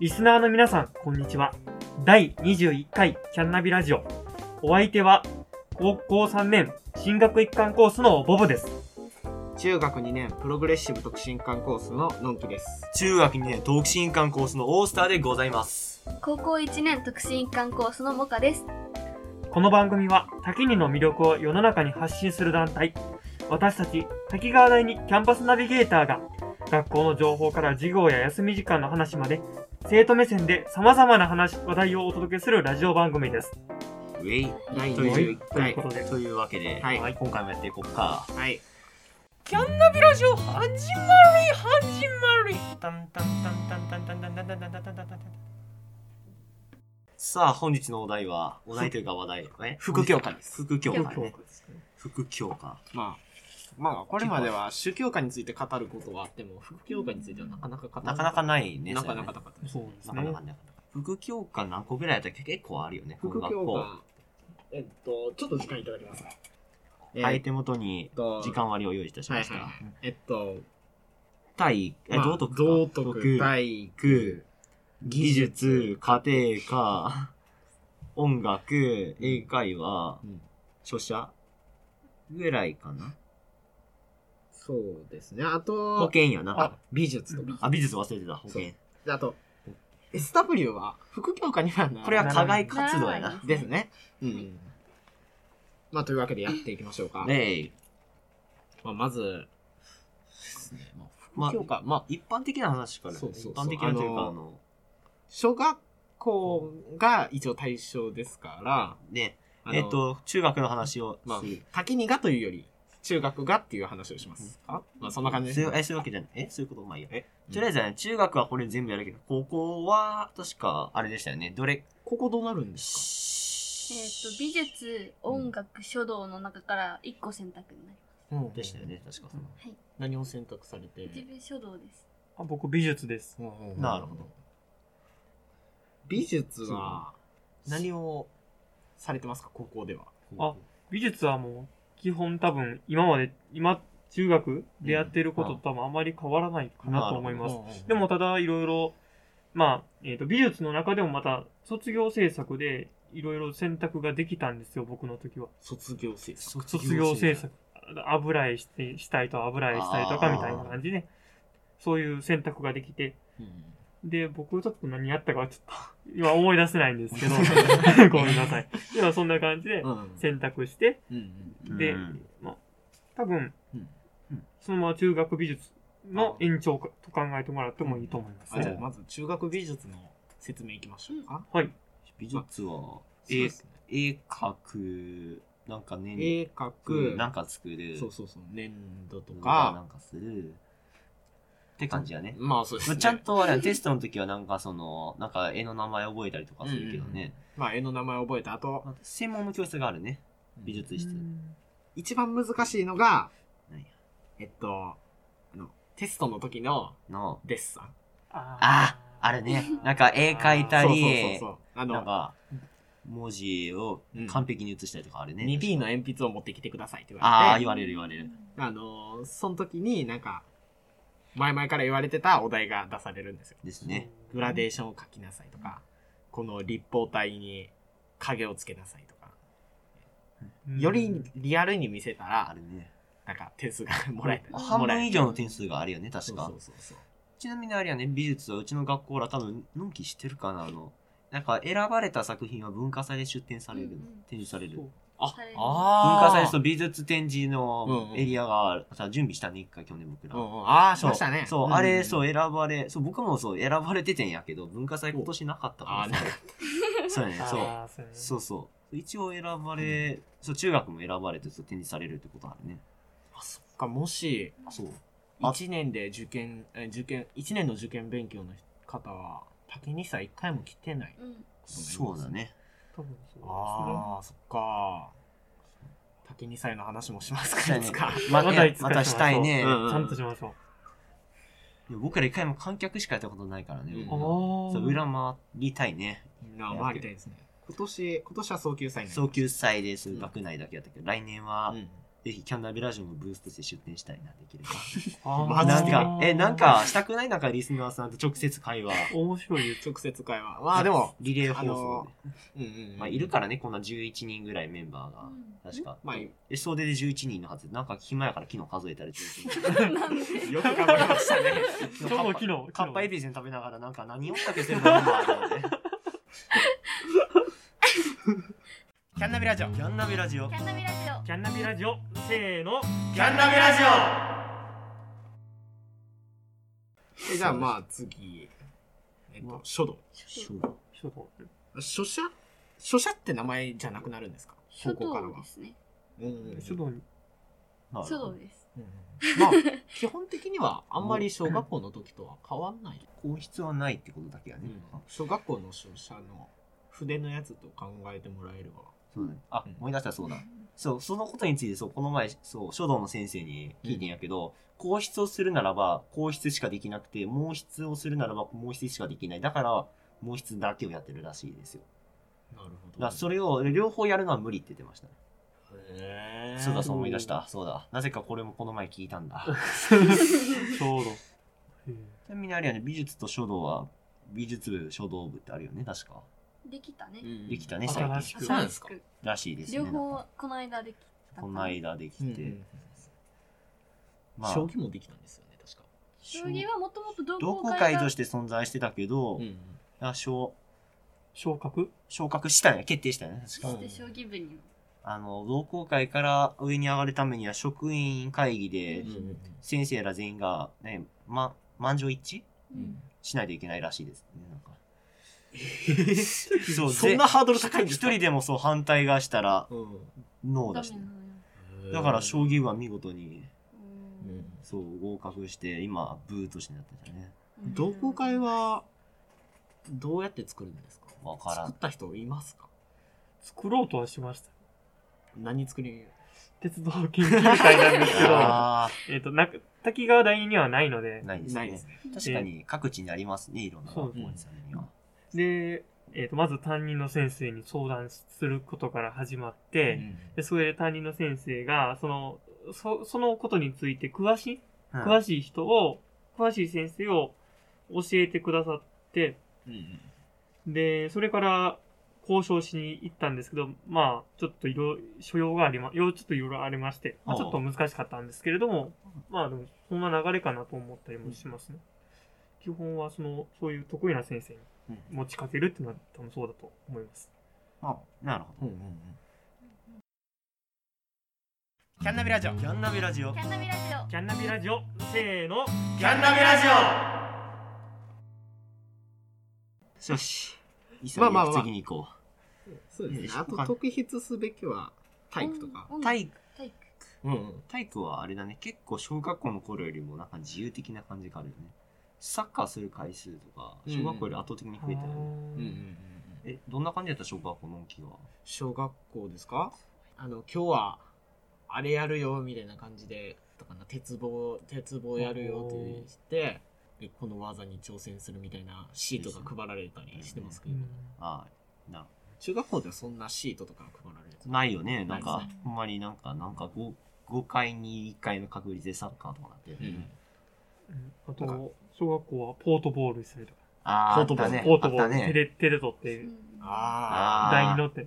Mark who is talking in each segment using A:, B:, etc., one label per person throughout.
A: リスナーの皆さん、こんにちは。第21回キャンナビラジオ。お相手は、高校3年進学一貫コースのボブです。
B: 中学2年プログレッシブ特進館コースののんきです。
C: 中学2年東進館コースのオースターでございます。
D: 高校1年特進一貫コースのモカです。
A: この番組は、滝にの魅力を世の中に発信する団体、私たち滝川大にキャンパスナビゲーターが、学校の情報から授業や休み時間の話まで、生徒目線で様々な話、話題をお届けするラジオ番組です。
B: ウェイ第
C: という
B: 21
A: という
B: 回
A: こ。とで、
C: というわけで、
B: はい
C: はい今回もやっていこうか。
B: はい。
E: キャンナビラジオ始まり始まりタンタンタンタンタンタンタンタンタンタンタンタンタンタン
C: さあ、本日のお題は、お題というか話題、
B: え
C: 副教科です。副教科
A: 教科
C: ね。副教科。
B: まあ、まあ、これまでは宗教家について語ることはあっても、副教科についてはなかなか語ら
C: なかなかないね。
B: なかなかな
C: そ
B: かったです。
A: そうです
C: れはねなかな
A: ね
C: か。なかった副教科何個ぐらいやったっけ結構あるよね。
B: 副
C: こ
B: 教
C: の学
B: 科、えっと、ちょっと時間いただけますか。
C: 校はい、
B: え
C: 手元に
B: っと、
C: 時。間割を用意いたしました。
B: はいはいえっと、
C: 対、え、
B: まあ
C: 道徳か。
B: 道徳、体育、
C: 技術、家庭科、音楽、英会話、
B: うん
C: 書写ぐらいかな。
B: そうですね。あ
C: 保
B: と、
C: 険やな
B: あ。、美術とか。
C: あ、美術忘れてた、保険。
B: であと、SW は副教科にはな
C: これは課外
D: なら
C: 活動や
D: な
C: な。
D: い
B: ですね。うん。まあ、というわけでやっていきましょうか。
C: ええ。
B: まあ、まず、ですねまあ
C: ま
B: 副教科、
C: あ、
B: まあ、
C: 一般的な話からね。
B: そうそうそう
C: 一般的なという
B: あ
C: か、
B: の
C: あの、
B: 小学校が一応対象ですから、
C: ね、
B: あの
C: えっ、、と、中学の話を
B: まあ
C: する。、
B: 滝にがというより、中学がっていう話をします。あまあ、そんな感じ
C: そう
B: で
C: い
B: す
C: うえ、そういうわけじゃない。え、そういうことまあいいや。
B: え
C: とりあえずね、中学はこれ全部やるけど、高校は、確か、あれでしたよね。どれ、
B: ここどうなるんです
D: えっ、
C: し
D: と、美術、音楽、書道の中から1個選択になり
B: かうん
C: でしたよね、確かその。
B: 何を選択されて
D: ます。自分書道です。
A: あ僕、美術です。
C: なるほど。
B: 美術は、何
C: 何を、
B: されてますか、高校では。
A: あ美術はもう、基本多分、今まで、今、中学でやってることと多分あまり変わらないかなと思います。でも、ただ、いろいろ、まあ、えっ、と、美術の中でもまた、卒業制作で、いろいろ選択ができたんですよ、僕の時は。
B: 卒業制作。
A: 卒業制作。油絵してしたいと油絵したいとか
C: あー
A: みたいな感じで、そういう選択ができて、
B: うん
A: で、僕ちょっと何やったかはちょっと、今思い出せないんです けど、ごめんなさい。では、そんな感じで、選択して、
B: うん
A: で、
C: うん
A: まあ、多分、
B: うん
C: うん
A: そのまま中学美術の延長かと考えてもらってもいいと思います
B: あじゃあ
A: ね。
B: まず中学美術の説明いきましょうか。
A: はい。
C: 美術は、
B: そう
C: 絵
B: ですね
C: 絵描く、なんかね、
B: 絵描く、
C: なんか作る。
B: そうそうそう、粘土と
C: な
B: か、
C: んかする。って感じやね。
B: まあそうです
C: まあ
B: ね。
C: ちゃんとあれはテストの時はなんかその、なんか絵の名前覚えたりとかするけどね。
B: まあ絵の名前を覚えた後、
C: まあ専門の教室があるね。美術室。
B: 一番難しいのが、
C: 何や
B: えっと、あの、テストの時の
C: の、
B: デッサン。
A: あ
C: ああるね。なんか絵描いた
B: そう
C: り、
B: そうそうそう。あ
C: なん
B: の、
C: か、文字を完璧に写したりとかあるね。
B: 2P の鉛筆を持ってきてくださいって言
C: あ
B: われ
C: あ、
B: て、
C: 言われる言われる。
B: あの、その時になんか、前々から言われてたお題が出されるんですよ。
C: ですね。
B: グラデーションを描きなさいとか、この立方体に影をつけなさいとか、
A: うん
B: よりリアルに見せた
C: あ
B: ら、
C: るね。
B: なんか点数が もらえた
C: 半
B: もらえ
C: 分
B: る
C: 以上の点数があるよね、
B: そ
C: 確
B: うそ
C: か
B: う。そうそう。
C: ちなみにあれやね、美術はうちの学校ら多分、のんきしてるかな、あの、なんか選ばれた作品は文化祭で出展されるの
D: うんうん
C: 展示される。
A: そう
C: 文
B: あ
D: される
C: 化祭
B: あ
C: でそう美術展示の
B: うんうん
C: エリアがある、さ準備したね、一回去年僕ら。
B: うんうん、ああ、し
C: そう
B: ましたね。。
C: そう、あれ、そうう、選ばれ、そう、僕もそう、選ばれててんやけど、文化祭今年なかった
B: ああ、
C: から
B: な
C: さ
B: んか、
C: そうやね、そう。
A: あーそうやね
C: そうそう。一応選ばれ、そう、中学も選ばれてそう展示されるってことあるね。
B: あそっか、もし、
C: そう。あ
B: 1年で受験、え受験、1年の受験勉強の方は、竹にさ、1回も来てない。
D: うん。
C: そうだね。
A: 多分そうですね
B: ああ、そっか。竹にさの話もします
C: そ
B: か、
C: う
B: い
C: やね
B: つか。
C: ま
A: また
C: た
A: い、つか
C: またしたいね。
B: しましょううん
A: ちゃんとしましょ
C: いや僕ら一回も観客しかやったことないからね。
B: うん
A: う。
C: 僕
A: お
C: そう裏回りたいね。
B: みんな回りたいですね。今年、今年は早急祭になりました
C: 早急祭です、
B: うん
C: 学内だけやったけど、来年は
B: うん
C: ぜひキャンナビラジオのブースとして出展したいな、できれば。
B: マジ
C: な
B: で
C: んか、え、なんか、したくないなんか、リスナーさんと直接会話。
A: 面白いです。
B: 直接会話まあでも、
C: リレー放送で。
B: うんうんうん
C: まあ、いるからね、こんな11人ぐらいメンバーが。確か。
B: まあ
C: え、総出で11人のはず。なんか、暇やから昨日数えたら11人。
D: なんで
B: よく頑張りましたね
A: 今日も昨日。
C: カッパエ
A: ビ
C: ビゼン食べながら、なんか、何を食べてるのかなと思って。
B: キャンナビラジオ
C: キャンナビラジオ
D: キ。ャンナビラジオ
A: キャンナビラジオ、せーの。
B: キャンナビラジオじゃあまあ次、えっと、書道。
A: 書道
B: 書写書写って名前じゃなくなるんですか
D: 書
B: 高校から
D: 道
B: は
D: で。すね
B: うんうんうん
A: 書道に。
C: まあ
D: 書道です
B: うんうんまあ、基本的にはあんまり小学校の時とは変わんない。
C: 皇室はないってことだけやね。
B: 小学校の書写の筆のやつと考えてもらえれば。
C: そうだね。あ
B: うん、
C: 思い出した、そうだ。そう、そのことについて、そう、この前、そう、書道の先生に聞いてんやけど、皇室をするならば、皇室しかできなくて、毛筆をするならば、毛筆しかできない。だから、毛筆だけをやってるらしいですよ。
B: なるほ
C: だから、それを、両方やるのは無理って言ってましたね。
B: へー
C: そうだ、そう思い出した。そうだ。なぜかこれもこの前聞いた んだ。
A: ちょうど。え
C: ちなみにあれやね、美術と書道は、美術部、書道部ってあるよね、確か。
D: できたね
B: うん
C: できたね、
A: うん
C: 最
A: 新
C: 近。
A: し
D: 新
A: く
D: し
B: そうなんですか
C: らしいですね。
D: 両
C: なん
D: 方
C: か
D: この間できた
C: この間でき
B: うん
C: て。
B: うん
C: まあ、
B: 将棋もできたんですよね、確か。
D: 将棋はもともと同
C: 同
D: 好
C: 好
D: 会
C: 会
D: が
C: として存在してたけど、あ昇
A: 昇格
C: 昇格したんや決定したんやね確か
D: して将棋部にも
C: あの同好会から上に上がるためには職員会議で
D: うん
C: 先生ら全員が、ねま、満場一致
D: うん
C: しないといけないらしいですねなんか
B: そ
C: そう
B: そんなハードル高いん
C: 一
B: ですか
C: 人でもそう反対がしたら
B: う
C: ノー
D: ダ
C: だ
D: メ
C: し、
D: な
C: ね
D: の、よ
B: だ
C: だから将棋部は見事に
D: うん
C: そう合格して今ブーとしてなってたね
D: うん
B: 同好会はどうやって作るんですか
C: わから
B: 作
C: ん
B: った人いますか
A: 作ろうとはしました。
B: 何作り
A: 鉄道研究会なんですけど、
C: あ
A: えっと、な滝川第二にはないので
C: ー、ないです
B: ないで
C: ね
B: すね
C: 確かに各地にありますねいろんな
A: そう
B: ですね
C: 学校さんには
A: で、えっと、まず担任の先生に相談することから始まって、で、それで担任の先生が、その、そそのことについて詳しい、
C: うん
A: 詳しい人を、詳しい先生を教えてくださって、
B: うんうん
A: で、それから交渉しに行ったんですけど、まあ、ちょっといろ、所要がありま、ようちょっといろいろありまして、まあ、
C: ああ
A: ちょっと難しかったんですけれども、まあでも、そんな流れかなと思ったりもしますね。基本は、その、そういう得意な先生に持ちかけるっていうのは多分そうだと思います。
C: あなるほ
B: う
C: ど
B: んうんうん
C: キャンナビラジオ。キャンナビラジオ
D: キ。ャンナビラジ
A: キャンナビラジオ、せーの、
B: キャンナビラジ
C: よし。
B: まあまあまあ
C: 次に行こ
B: オそうですね
C: よいしょ
B: あと特筆すべきは体育とか
D: オ
C: う。
D: 音
C: 体育、
D: 体育
B: うんうん
C: 体育はあれだね。結構小学校の頃よりもなんか自由的な感じがあるよね。サッカーする回数とか、
B: うん
C: 小学校より圧倒的に増えたよね。
B: うんうんう
A: ね。
B: ん
C: え、どんな感じだった小学校の時は。
B: 小学校ですかあの今日はあれやるよみたいな感じでだから鉄棒鉄棒やるよって言ってでこの技に挑戦するみたいなシートが配られたりしてますけど、
C: ああ、な
B: 中学校ではそんなシートとか配られるやつ
C: ないよね。なん
B: ない
C: か
D: ですね、
C: ほんまになんか、なんか 5, 5回に1回の確率でサッカーとかなってるよね。
A: うんあと、小学校はポートボールするとか、
C: ああ、
B: ポートボール
C: あったね
A: ポートボール、
C: あった
A: 手
C: ね。
A: で、手で取って、
D: うん
B: あ
C: ー
A: 台に乗って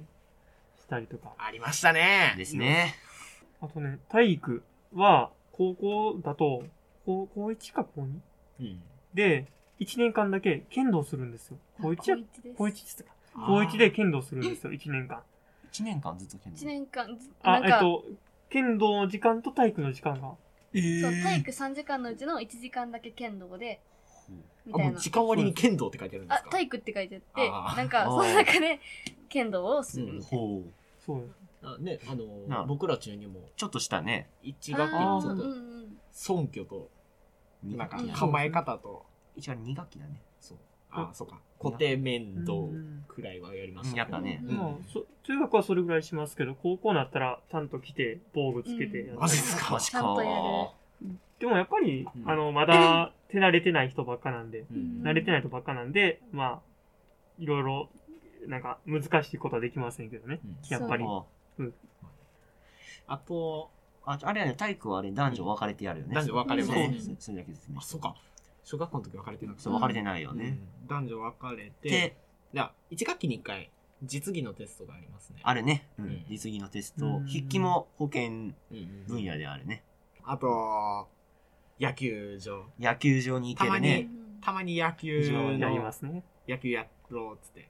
A: したりとか。
B: あありましたね
C: ですね。
A: あとね、体育は、高校だと、高高1か高 2?
B: うん
A: で、1年間だけ剣道するんですよ。
D: あ
A: 高1や、
D: です
A: 高1ですか高1で剣道するんですよ、1年 間。
C: 1年間ずっと剣道
D: 一。年間ずな
A: あ
D: ん、
A: えっ
D: か
A: と、剣道の時間と体育の時間が。
C: えー
D: そう体育3時間のうちの1時間だけ剣道で
C: うん
D: み
B: あ
D: た
B: も
D: いうな
B: 時間割に剣道って書いてあるんで
D: あ
B: すか
D: 体育って書いてあ
B: あー
D: ってなんか
C: あー
D: その中で剣道をするみたい
C: ほう。
A: そうです。
B: あねあのー
C: なあ
B: 僕ら中にも
C: ちょっとしたね。
B: 一
D: な
B: 学期
A: あ
B: に
A: ー
B: ちょっ
D: うんう
B: と
D: ん
B: 尊虚となんか
D: うん
B: 構え方と
C: 一応2学期だね。
B: そうあ
A: うん
B: そうか固定面倒
A: うん
B: くらいはやりました
C: やったね。
D: うん
A: まあ、そ中学はそれぐらいしますけど、高校になったら、ちゃんと来て、防具つけてやったりとか
B: マジっすか
C: マジ
D: ちゃんとやる
A: でもやっぱり、
B: うん
A: あの、まだ手慣れてない人ばっかなんで、
B: う
D: うん
B: ん
A: 慣れてない人ばっかなんで、まあ、いろいろ、なんか難しいことはできませんけどね。
B: うん
A: やっぱり。
C: あ
B: あと
C: あ、あれやね、体育はあれ、男女分かれてやるよね。
B: 男女分かれます
C: そう
D: ね
C: そうそれだけですね
B: あ。そうか小学校の時別れてなくて
C: そう、分かれてないよ
B: ね
C: ね。
B: 男女分かれて
C: で、
B: じゃあ1学期に1回実技のテストがありますね
C: あるね。う
B: うんん。
C: 実技のテス
A: う
C: ト
A: ん。
C: 筆記も保健
B: うんうん
C: 分野であるね。
B: あと野球場
C: 野球場に行ける
B: たまに
C: ね。
B: たまに野球
C: 場
A: やり
B: の
A: ますね。
B: 野球やろうっつって、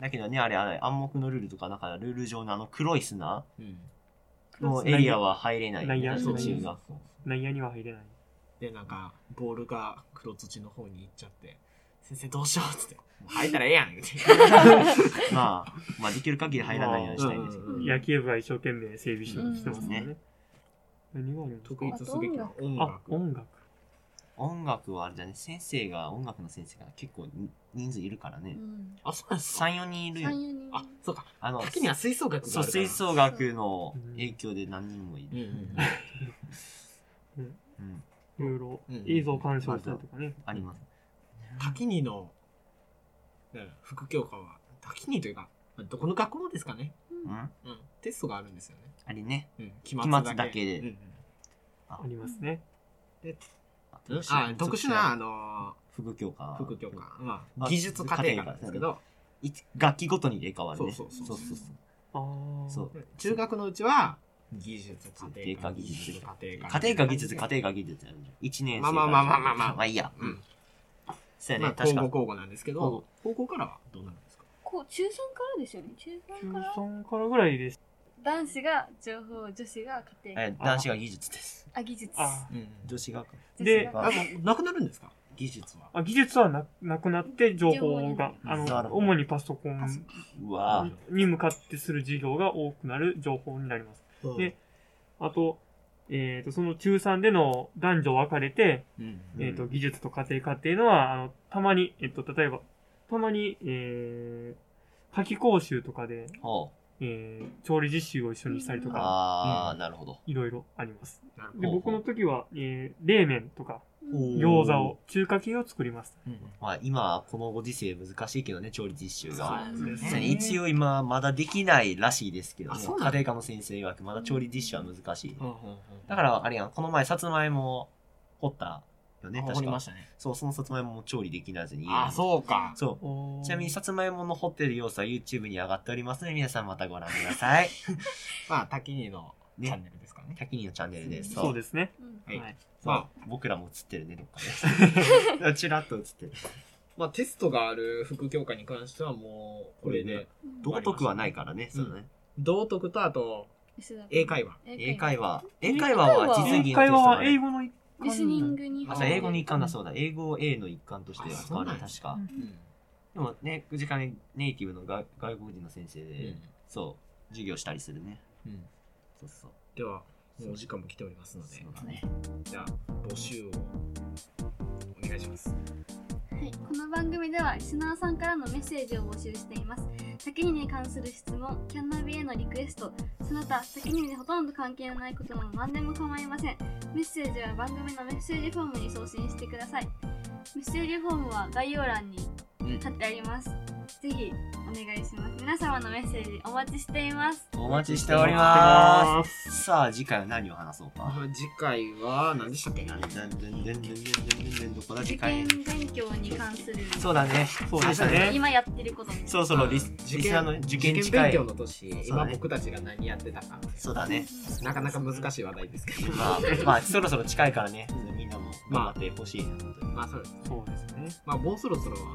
C: だけどね、あれ、あれ暗黙のルールとか、なんかルール上のあの黒い砂
B: うん
C: のエリアは入れない。
A: 内野
C: 途中が。
A: 内野には入れない。
B: でなんかボールが黒土の方に行っちゃって先生どうしようっつってもう入ったらええやん言うて
C: まあ、まあ、できる限り入らないようにしたいんですけど。
B: うんうんうん
A: 野球部が一生懸命整備してしてますもん
C: うん
A: ね。何があるんです
B: 特
A: か
B: 筆すべきは音
A: あ、
B: 楽
A: 音楽。
C: 音楽はあれだね、先生が、音楽の先生が結構に人数いるからね。
B: あそうなんですか
C: 3、4人いるよ。
D: 三人
B: あそうか
C: あの、
B: 時には吹奏楽があるか
C: そう、
B: ら
C: 吹奏楽の影響で何人もい
B: うん
C: る。
A: うん
C: うん、
A: いろいろ
B: うん
A: 映像鑑賞したりとかね。
C: あります。
B: 滝にのね副教科は滝にというかまあどこの学校もですかね、
C: うん、あ
B: うん、テストがあるんですよね、
C: れね。
B: うん、期
C: 期末だけで
B: うんうん
A: ありますね。
C: あ
B: あ特殊な、あの
C: 副教科
B: ー。副教科、ま
C: ま
B: あ、
C: あ
B: 技術家庭科なんですけど、
C: いつ楽器ごとに入れ替わるね。
B: そうそうそう
C: そう
A: ああ。
C: そうそう
B: 中学のうちは技術家
C: 家庭
B: 庭科
C: 科技術
B: 家庭科
C: 家庭科技術、家庭科技術やるんだよ。1年生。
B: まあまあまあまあまあまあ
C: まあいいや。
B: う
C: うんん。そうや
B: まあ
C: ね、
B: 交互
C: 確か。
B: 交互なんですけ
C: 交
B: ど高校からはどうなんですか
D: こう中三からですよね中
A: 中
D: 三から
A: 3からぐらいです。
D: 男子が情報女子が家庭
C: え男子が技術です。
D: あ技術
A: あ
C: 女子が
A: で
D: 女子
B: あ
D: が
B: もうなくなるんですか技術は
A: あ、技術はななくなって情報が、
B: 情報
A: あ
B: に
C: な
A: の、
C: るほど
A: 主にパソコン
D: パソコ
C: うわぁ。
A: に向かってする授業が多くなる情報になります。であと、えー、とその中3での男女分かれて、
B: うん
C: うん
A: えー、と技術と家庭科っていうのはあのたまに、えっと例えばたまに、えー、夏季講習とかで、
C: ほう。
A: えー調理実習を一緒にしたりとか
C: あ
B: う
C: ー、なるほど。
A: いろいろあります
B: なるほ
A: で
B: ど
C: ほうほう
A: 僕の時は、えー、冷麺とか
D: うん
A: 餃子を中華系を作ります
B: うん
C: まあ今、このご時世難しいけどね、調理実習が。
B: そうです
C: そ
B: ね
C: うね一応今、まだできないらしいですけど
B: あ
C: ね。
B: そうな
C: 家
B: の
C: 庭科の先生曰く、まだ調理実習は難しい。
B: うんうんうん
C: だから、あれやん、この前、さつまいも掘ったよね、
B: 掘
C: 確
B: りま
C: か
B: し。たね
C: そう、そのさつまいもも調理できなずに。
B: あそうか
C: そう。ちなみに、さつまいもの掘ってる様子は YouTube に上がっておりますので、皆さんまたご覧くださ い。
B: まあ滝にの
C: ね
B: チャンネルですかね
C: タキニのチャンネルです。
A: そうですね
D: うん
B: はい
A: はい
B: まあ
C: 僕らも映ってるね、どっ かで。チラッと映ってる。
B: まあテストがある副教科に関してはもうこれで
D: うん
C: 道徳はないからね、そうだね。
B: 道徳とあと英会話
C: 英会話。
D: 英
C: 英
D: 会
C: 会
D: 話
C: 話は実技のテ
A: 英
C: ストだ
A: 会
C: ね
A: 話は英語の一環
D: リスニングに
C: あ、そう、英語の一環だそうだ。英語を A の一環として
B: あ
C: 扱
B: そう
C: わ
B: な
C: れ
B: ん
C: る、
B: や
C: 確か
D: う。
B: うん
C: でもね、時間にネイティブの外外国人の先生で、
B: うん
C: そう、授業したりするね。
B: うん
C: そうそう。
B: ではもうお時間も来ておりますので
C: そうだね。
B: じゃあ募集をお願いします
D: はい、この番組ではリスナーさんからのメッセージを募集しています。先にに関する質問、キャンナビへのリクエスト、その他、先ににほとんど関係のないことなど何でも構いません。メッセージは番組のメッセージフォームに送信してください。メッセージフォームは概要欄に
B: うん
D: 貼ってあります。ぜひお願いします。皆様のメッセージお待ちしています。
C: お待ちしておりま
A: ーす
C: す。さあ、次回は何を話そうか。
B: 次回は何でしたっけ
C: 全然全然全然全然どこだ
D: 受
C: 次
D: 験
C: 回。
D: 勉強に関する
C: そうだね。
A: そうでしたね
D: 今やってることです。
C: そろそろリス
B: 受
C: リスナーの
B: 験
C: 受験
B: 受験
C: 近
B: 勉
C: い
B: 強。の年、
C: そうだ
B: 今
C: ね
B: 僕たちが何やってたか
C: そうだね。
B: なかなか難しい話題ですけど
C: まあ、まあ、そろそろ近いからね。みんなも頑張ってほしいな、本当に。
B: まあそれ
A: そうですね
B: まあもうそろそろは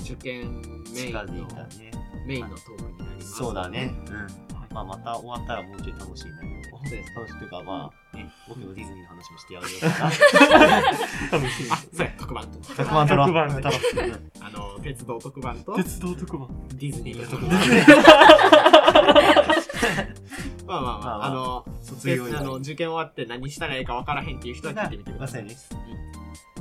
B: 受験メイン
C: 近
B: の
C: づいたね。
B: メインのトークになります
C: そうだね。うん。
A: はい
C: まあ、また終わったらもうちょい楽しいな。
B: そうです
C: 楽しいというか、まあ、ね、僕のディズニーの話もしてや ろうかな。
A: 楽しみ
B: あそうや特番と
C: 特番撮ろう。
A: 特番ね
C: 楽しいうん
B: あの鉄道特番と
A: 鉄道特番
B: ディズニーの特
C: 特
B: 番まあまあま
C: 番まあ
B: あ
C: まあ
B: あの
C: 卒
B: で
C: 業
B: あの
C: の。
B: 受験終わって何したらいいか分からへんっていう人は聞いてみてくだ
C: ま
B: さ
C: さ
B: い
C: にね。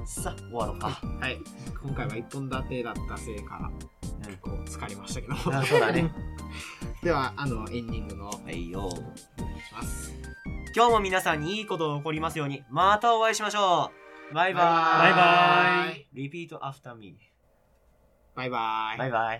C: さあ、終わろうか。
B: はい今回は一本立てだったせいか
C: うん
B: 結構疲れましたけど
C: あそうだね。
B: ではあのエンディングのお願
C: はいよ。
B: いします
C: 今日も皆さんにいいことが起こりますように、またお会いしましょう。バイ
A: バイ
C: バ
A: バイ
C: イ。リピートアフターミー。
B: バイバイ
C: バイバイ。